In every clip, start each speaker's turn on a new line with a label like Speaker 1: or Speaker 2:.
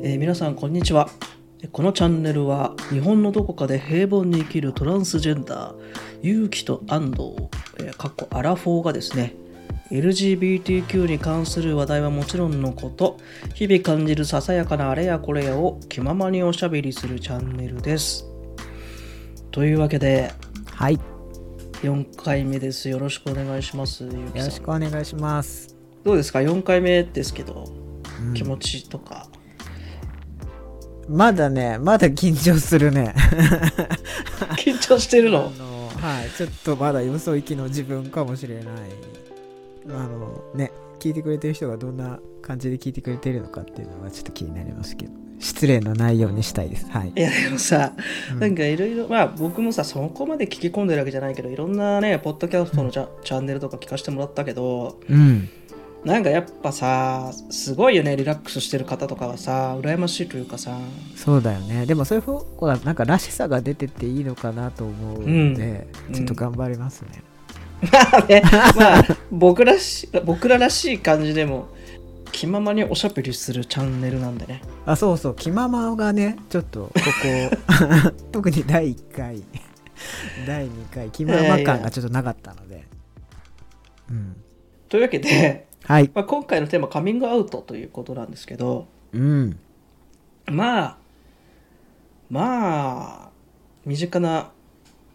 Speaker 1: 皆さんこんにちはこのチャンネルは日本のどこかで平凡に生きるトランスジェンダー勇気と安藤、えーかっこアラフォーがですね LGBTQ に関する話題はもちろんのこと日々感じるささやかなあれやこれやを気ままにおしゃべりするチャンネルですというわけで
Speaker 2: はい、よ
Speaker 1: 4回目ですよろしくお願いしますゆうき
Speaker 2: ろ
Speaker 1: さん
Speaker 2: しくお願いします。
Speaker 1: どうですか4回目ですけど
Speaker 2: うん
Speaker 1: 気持ちとか、
Speaker 2: まだね、まだ緊張す るね。
Speaker 1: 緊張してるの
Speaker 2: あのはい、ちょっとまだよそ行きの自分かもしれない。あのね、聞いてくれてる人がどんな感じで聞いてくれてるのかっていうのはちょっと気になりますけど、失礼のないようにしたいです。はい
Speaker 1: い。やでもさ、
Speaker 2: うん
Speaker 1: なんかいろいろまあ僕もさそこまで聞き込んでるわけじゃないけどいろんなねポッドキャストのチャ,、チャンネルとか聞かせてもらったけど
Speaker 2: うん、
Speaker 1: なんかやっぱさすごいよねリラックスしてる方とかはさ羨ましいというかさ
Speaker 2: そうだよね。でもそういう方がなんからしさが出てていいのかなと思うので、
Speaker 1: うん
Speaker 2: ちょっと頑張りますね。
Speaker 1: まあねまあ僕らし僕ららしい感じでも気ままにおしゃべりするチャンネルなんで ね
Speaker 2: あそうそう気ままがねちょっとここ特に第1回第2回気まま感がちょっとなかったのでうん
Speaker 1: というわけで、
Speaker 2: はい
Speaker 1: まあ、今回のテーマカミングアウトということなんですけど
Speaker 2: うん
Speaker 1: まあまあ身近な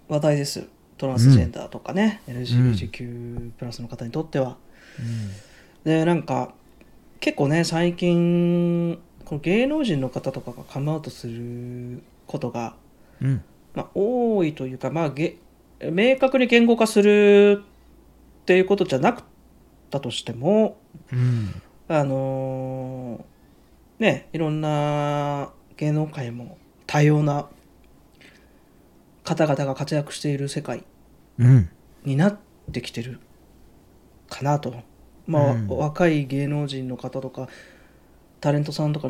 Speaker 1: 話題ですトランスジェンダーとかね、LGBTQ+ プラスの方にとっては、でなんか結構ね最近この芸能人の方とかがカムアウトすることが、
Speaker 2: うん
Speaker 1: まあ、多いというかまあげ明確に言語化するっていうことじゃなくったとしても
Speaker 2: うん
Speaker 1: あのーねいろんな芸能界も多様な方々が活躍している世界
Speaker 2: うん
Speaker 1: になってきてるかなと、まあ
Speaker 2: うん
Speaker 1: 若い芸能人の方とかタレントさんとか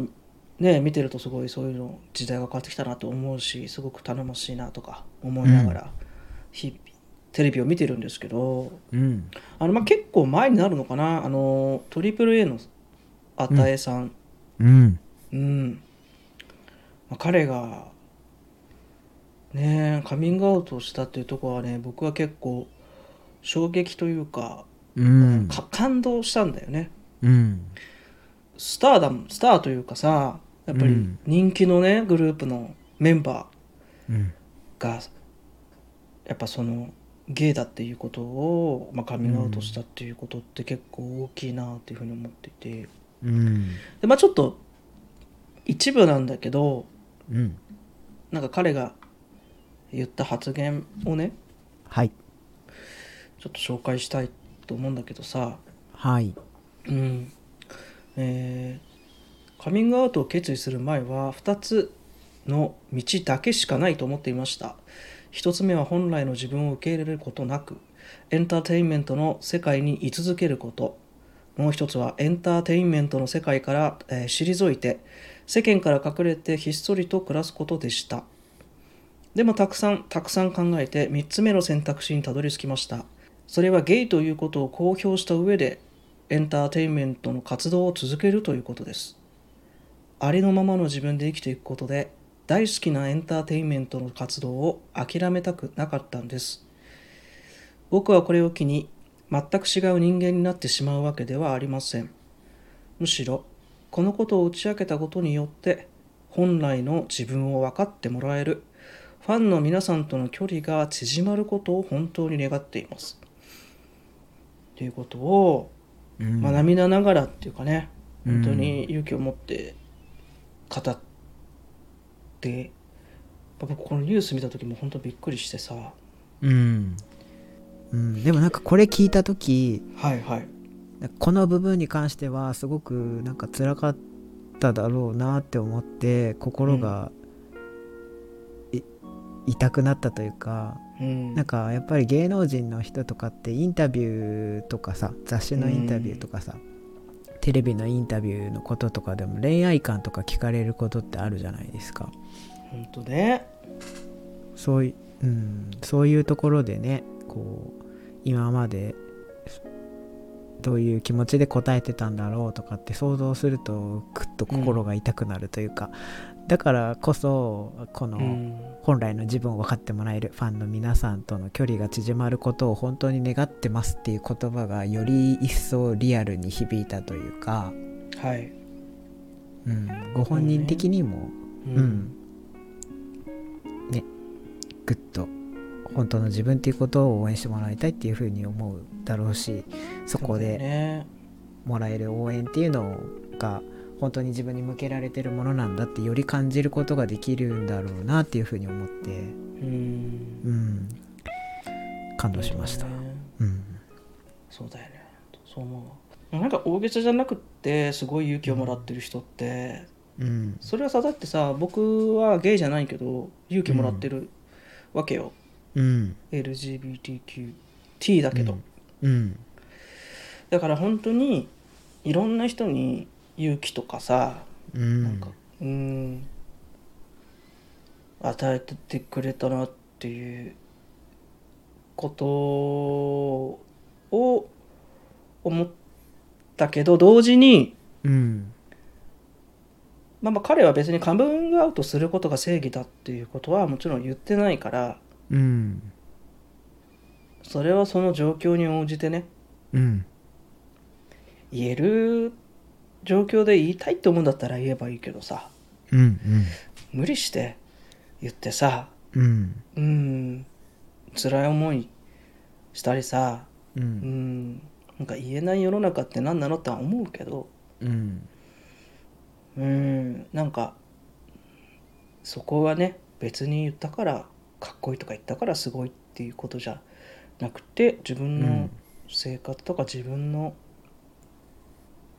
Speaker 1: ね見てるとすごいそういうの時代が変わってきたなと思うしすごく頼もしいなとか思いながら日々テレビを見てるんですけど、
Speaker 2: うん
Speaker 1: あのまあ結構前になるのかなあの AAA のあたえさん、
Speaker 2: うん
Speaker 1: うんまあ、彼がねえカミングアウトをしたっていうところはね僕は結構衝撃というか,、
Speaker 2: うん
Speaker 1: か感動したんだよね
Speaker 2: うん
Speaker 1: スターだもんスターというかさやっぱ
Speaker 2: う
Speaker 1: り
Speaker 2: ん
Speaker 1: 人気のねグループのメンバ
Speaker 2: うん
Speaker 1: ーがやっぱそのゲイだっていうことを、まあ、カミングアウトしたっていうことって結構大きいなっていうふうに思っていて
Speaker 2: うん
Speaker 1: でまあちょっと一部なんだけど
Speaker 2: うん
Speaker 1: なんか彼が言った発言をね
Speaker 2: はい
Speaker 1: ちょっと紹介したいと思うんだけどさ、
Speaker 2: はい
Speaker 1: うんえーカミングアウトを決意する前は2つの道だけしかないと思っていました1つ目は本来の自分を受け入れることなくエンターテインメントの世界に居続けることもう一つはエンターテインメントの世界から、えー退いて世間から隠れてひっそりと暮らすことでしたでもたくさんたくさん考えて3つ目の選択肢にたどり着きましたそれはゲイということを公表した上でエンターテインメントの活動を続けるということですありのままの自分で生きていくことで大好きなエンターテインメントの活動を諦めたくなかったんです僕はこれを機に全く違う人間になってしまうわけではありませんむしろこのことを打ち明けたことによって本来の自分を分かってもらえるファンの皆さんとの距離が縮まることを本当に願っていますということを、
Speaker 2: うん
Speaker 1: まあ、涙ながらっていうかね
Speaker 2: うん
Speaker 1: 本当に勇気を持って語って、やっぱ僕このニュース見た時も本当びっくりしてさは
Speaker 2: うんうんでもなんかこれ聞いた時
Speaker 1: いはい
Speaker 2: この部分に関してはすごくなんか辛かっただろうなって思って心が、い痛くなったというか
Speaker 1: うん
Speaker 2: なんかやっぱり芸能人の人とかってインタビューとかさ雑誌のインタビューとかさ、テレビのインタビューのこととかでも恋愛観とか聞かれることってあるじゃないですか
Speaker 1: 本当ね
Speaker 2: そうい、うん、そういうところでねこう今までどういう気持ちで答えてたんだろうとかって想像するとぐっと心が痛くなるというか、だからこそこ
Speaker 1: う
Speaker 2: の
Speaker 1: ん
Speaker 2: 本来の自分を分かってもらえるファンの皆さんとの距離が縮まることを本当に願ってますっていう言葉がより一層リアルに響いたというか、
Speaker 1: はい、
Speaker 2: うん、ご本人的にも、
Speaker 1: う
Speaker 2: うん、ねぐっと本当の自分っていうことを応援してもらいたいっていうふうに思うだろうしそ
Speaker 1: そ
Speaker 2: こ
Speaker 1: うだよ
Speaker 2: で
Speaker 1: ね
Speaker 2: もらえる応援っていうのが本当に自分に向けられてるものなんだってより感じることができるんだろうなっていうふうに思って、
Speaker 1: うん
Speaker 2: うん、感動しました。うん
Speaker 1: そうだよねそう思うわなんか大げさじゃなくってすごい勇気をもらってる人って、
Speaker 2: うん
Speaker 1: それはさだってさ僕はゲイじゃないけど勇気もらってるわけよ、
Speaker 2: うん、
Speaker 1: LGBTQT だけど、
Speaker 2: うん
Speaker 1: だから本当にいろんな人に勇気とかさ
Speaker 2: うん
Speaker 1: なんかうん与えてってくれたなっていうことを思ったけど同時に、
Speaker 2: うん
Speaker 1: まあ、まあ彼は別にカムングアウトすることが正義だっていうことはもちろん言ってないから
Speaker 2: うん
Speaker 1: それはその状況に応じてね
Speaker 2: うん
Speaker 1: 言える状況で言いたいって思うんだったら言えばいいけどさ
Speaker 2: うん
Speaker 1: 無理して言ってさ
Speaker 2: うん
Speaker 1: うん辛い思いしたりさ
Speaker 2: う
Speaker 1: うんんなんか言えない世の中って何なのっては思うけど
Speaker 2: うん
Speaker 1: うんなんかそこはね別に言ったからかっこいいとか言ったからすごいっていうことじゃなくて自分
Speaker 2: う
Speaker 1: の
Speaker 2: ん
Speaker 1: 生活とか自分の、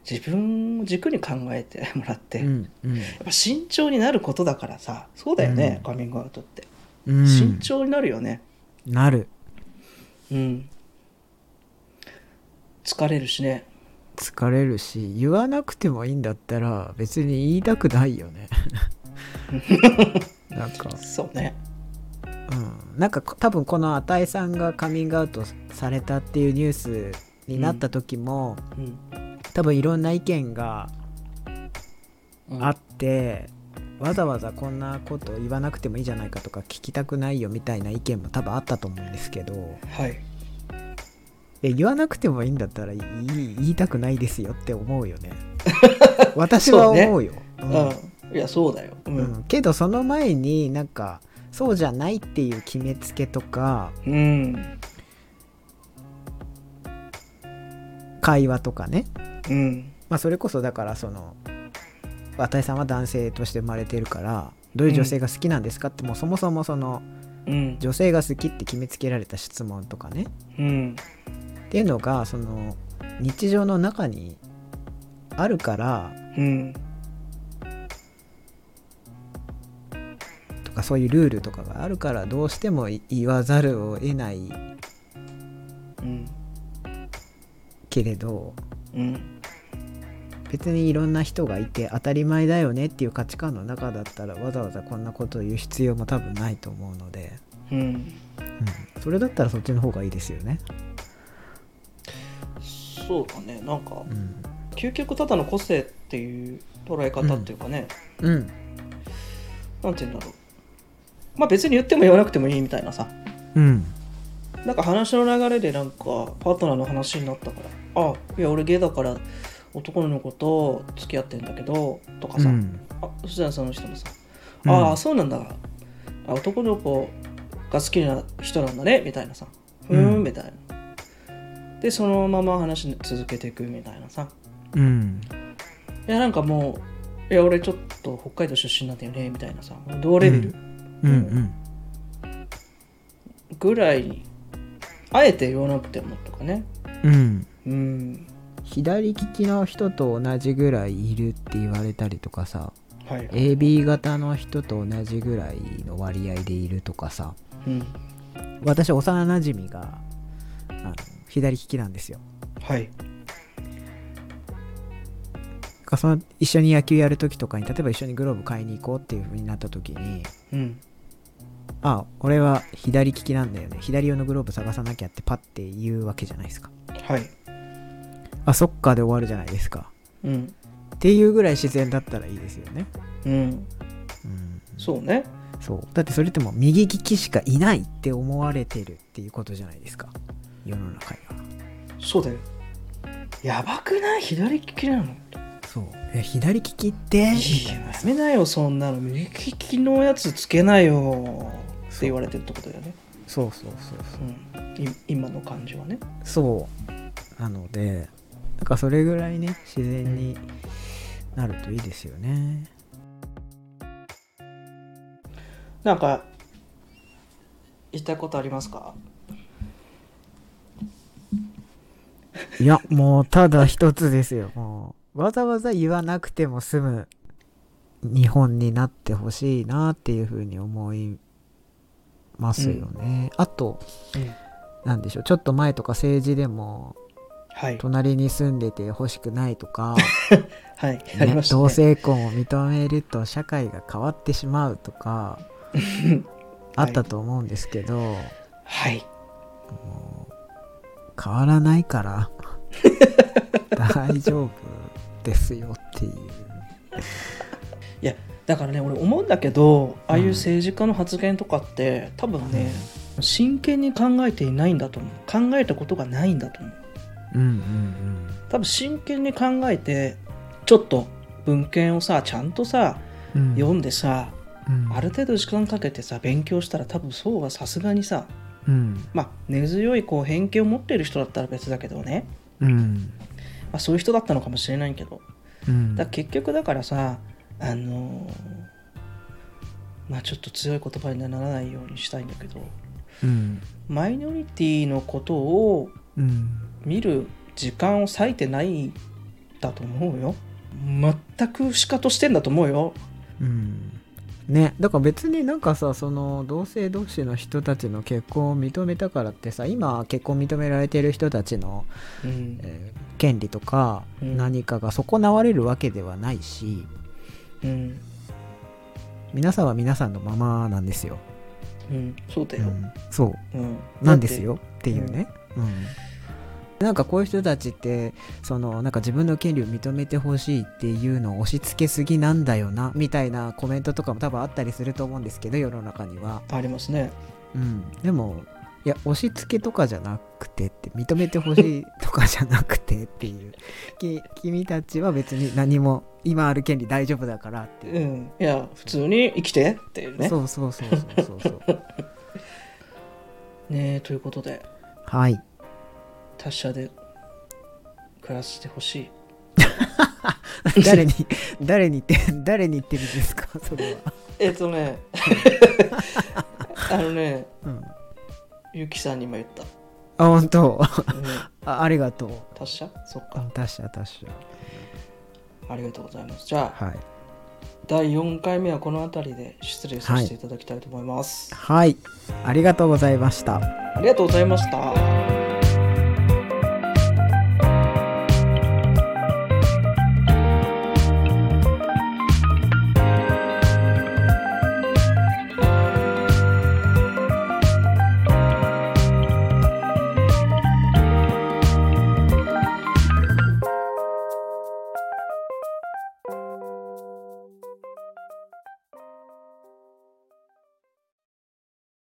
Speaker 1: 自分を軸に考えて もらって、やっぱ慎重になることだからさそうだよね、
Speaker 2: うん
Speaker 1: カミングアウトって
Speaker 2: うん
Speaker 1: 慎重になるよね
Speaker 2: なる
Speaker 1: うん疲れるしね
Speaker 2: 疲れるし言わなくてもいいんだったら別に言いたくないよ ねなんか、
Speaker 1: そうね
Speaker 2: うん、なんか多分このあたいさんがカミングアウトされたっていうニュースになった時も、
Speaker 1: うん
Speaker 2: 多分いろんな意見があって、わざわざこんなこと言わなくてもいいじゃないかとか聞きたくないよみたいな意見も多分あったと思うんですけど
Speaker 1: はい
Speaker 2: いや言わなくてもいいんだったら言い言いたくないですよって思うよ ね私は思うようん
Speaker 1: うん、いやそうだようん、
Speaker 2: うんけどその前になんかそうじゃないっていう決めつけとか
Speaker 1: うん
Speaker 2: 会話とかね、
Speaker 1: うん
Speaker 2: まあ、それこそだからその綿井さんは男性として生まれてるからどういう女性が好きなんですかって、もうそもそもその
Speaker 1: うん
Speaker 2: 女性が好きって決めつけられた質問とかね
Speaker 1: うん
Speaker 2: っていうのがその日常の中にあるから
Speaker 1: うん
Speaker 2: とかそういうルールとかがあるからどうしても言わざるを得ない
Speaker 1: うん
Speaker 2: けれど
Speaker 1: うん
Speaker 2: 別にいろんな人がいて当たり前だよねっていう価値観の中だったらわざわざこんなことを言う必要も多分ないと思うので、
Speaker 1: うん
Speaker 2: うん、それだったらそっちの方がいいですよね。
Speaker 1: そうだねなんか
Speaker 2: うん、
Speaker 1: 究極ただの個性っていう捉え方っていうかね、
Speaker 2: うん、
Speaker 1: なんて言うんだろうまあ別に言っても言わなくてもいいみたいなさ
Speaker 2: うん、
Speaker 1: なんか話の流れでなんかパートナーの話になったから「あいや俺ゲイだから男の子と付き合ってんだけど」とか
Speaker 2: う
Speaker 1: さ、
Speaker 2: ん、
Speaker 1: あそしたらその人もさ「
Speaker 2: うん
Speaker 1: ああそうなんだあ男の子が好きな人なんだね」みたいなさ「ふー
Speaker 2: うん
Speaker 1: ん」みたいなでそのまま話続けていくみたいなさ
Speaker 2: うん、
Speaker 1: いやなんかもう「いや俺ちょっと北海道出身なんだよね」みたいなさ同レベル
Speaker 2: うん、うん、
Speaker 1: ぐらいにあえて言わなくてもとかね
Speaker 2: うん。
Speaker 1: うん
Speaker 2: 左利きの人と同じぐらいいるって言われたりとかさ
Speaker 1: はい
Speaker 2: AB 型の人と同じぐらいの割合でいるとかさ
Speaker 1: うん
Speaker 2: 私幼なじみがあの左利きなんですよ
Speaker 1: はい
Speaker 2: だからその一緒に野球やる時とかに例えば一緒にグローブ買いに行こうっていう風になった時に
Speaker 1: うん
Speaker 2: 「あ俺は左利きなんだよね左用のグローブ探さなきゃ」ってパッて言うわけじゃないですか
Speaker 1: はい
Speaker 2: あそっかで終わるじゃないですか
Speaker 1: うん
Speaker 2: っていうぐらい自然だったらいいですよね、
Speaker 1: うん
Speaker 2: うん、
Speaker 1: そうね
Speaker 2: そうだってそれってもう右利きしかいないって思われてるっていうことじゃないですか世の中には
Speaker 1: そうだよやばくない左利きなの
Speaker 2: そうえ左利きってみ
Speaker 1: い
Speaker 2: た
Speaker 1: や
Speaker 2: いな
Speaker 1: やめなよそんなの右利きのやつつけなよって言われてるってことだよね、
Speaker 2: そうそうそうそう
Speaker 1: うん、い今の感じはね
Speaker 2: そうなのでなんかそれぐらいね自然になるといいですよね
Speaker 1: なんか言いたいことありますか
Speaker 2: いやもうただ一つですよもうわざわざ言わなくても済む日本になってほしいなっていうふうに思いますよね、あと
Speaker 1: うん
Speaker 2: なんでしょうちょっと前とか政治でも
Speaker 1: はい
Speaker 2: 隣に住んでて欲しくないとか、
Speaker 1: はいあり
Speaker 2: ね
Speaker 1: ました、ね、
Speaker 2: 同性婚を認めると社会が変わってしまう とかあったと思うんですけど、
Speaker 1: はい
Speaker 2: もう変わらないから 大丈夫ですよっていう
Speaker 1: だからね俺思うんだけどああいう政治家の発言とかって多分ね、真剣に考えていないんだと思う考えたことがないんだと思う
Speaker 2: うんうん
Speaker 1: 多分真剣に考えてちょっと文献をさちゃんとさ
Speaker 2: うんうん
Speaker 1: 読んでさ、
Speaker 2: うん
Speaker 1: ある程度時間かけてさ勉強したら多分そうはさすがにさ
Speaker 2: うん
Speaker 1: まあ根強いこう偏見を持っている人だったら別だけどね、
Speaker 2: うん
Speaker 1: まあ、そういう人だったのかもしれないけど
Speaker 2: うん
Speaker 1: だから結局だからさあのーまあちょっと強い言葉にはならないようにしたいんだけど
Speaker 2: うん
Speaker 1: マイノリティのことを
Speaker 2: うん
Speaker 1: 見る時間を割いてないんだと思うよ全くしかとしてんだと思うよ
Speaker 2: うんね、だから別になんかさその同性同士の人たちの結婚を認めたからってさ今結婚認められてる人たちの、
Speaker 1: うん
Speaker 2: えー権利とか
Speaker 1: うん
Speaker 2: 何かが損なわれるわけではないし、
Speaker 1: うん
Speaker 2: 皆さんは皆さんのままなんですよ、
Speaker 1: うんそうだ
Speaker 2: う
Speaker 1: よ、
Speaker 2: んそう
Speaker 1: うん、
Speaker 2: なんですよっていうね、うんなんかこういう人たちってそのなんか自分の権利を認めてほしいっていうのを押し付けすぎなんだよなみたいなコメントとかも多分あったりすると思うんですけど世の中には、
Speaker 1: ありますね
Speaker 2: うん、でもいや押し付けとかじゃなくてって認めてほしいとかじゃなくてっていうき君たちは別に何も今ある権利大丈夫だからっていう
Speaker 1: う、んいや普通に生きてっていうね
Speaker 2: そうそうそうそうそうそう
Speaker 1: ねえということで
Speaker 2: はい
Speaker 1: 達者で暮らしてほしい
Speaker 2: 誰に誰に言って誰に言ってるんですかそれは、
Speaker 1: えっとね あのね
Speaker 2: うん
Speaker 1: ゆきさんにも言った、
Speaker 2: あ、本当。
Speaker 1: うん、
Speaker 2: あありがとう。
Speaker 1: 達者そっ
Speaker 2: う
Speaker 1: か
Speaker 2: ん達者達者。
Speaker 1: ありがとうございますじゃあ
Speaker 2: はい。
Speaker 1: 第4回目はこの辺りで失礼させていただきたいと思います、
Speaker 2: はい。ありがとうございました。
Speaker 1: ありがとうございました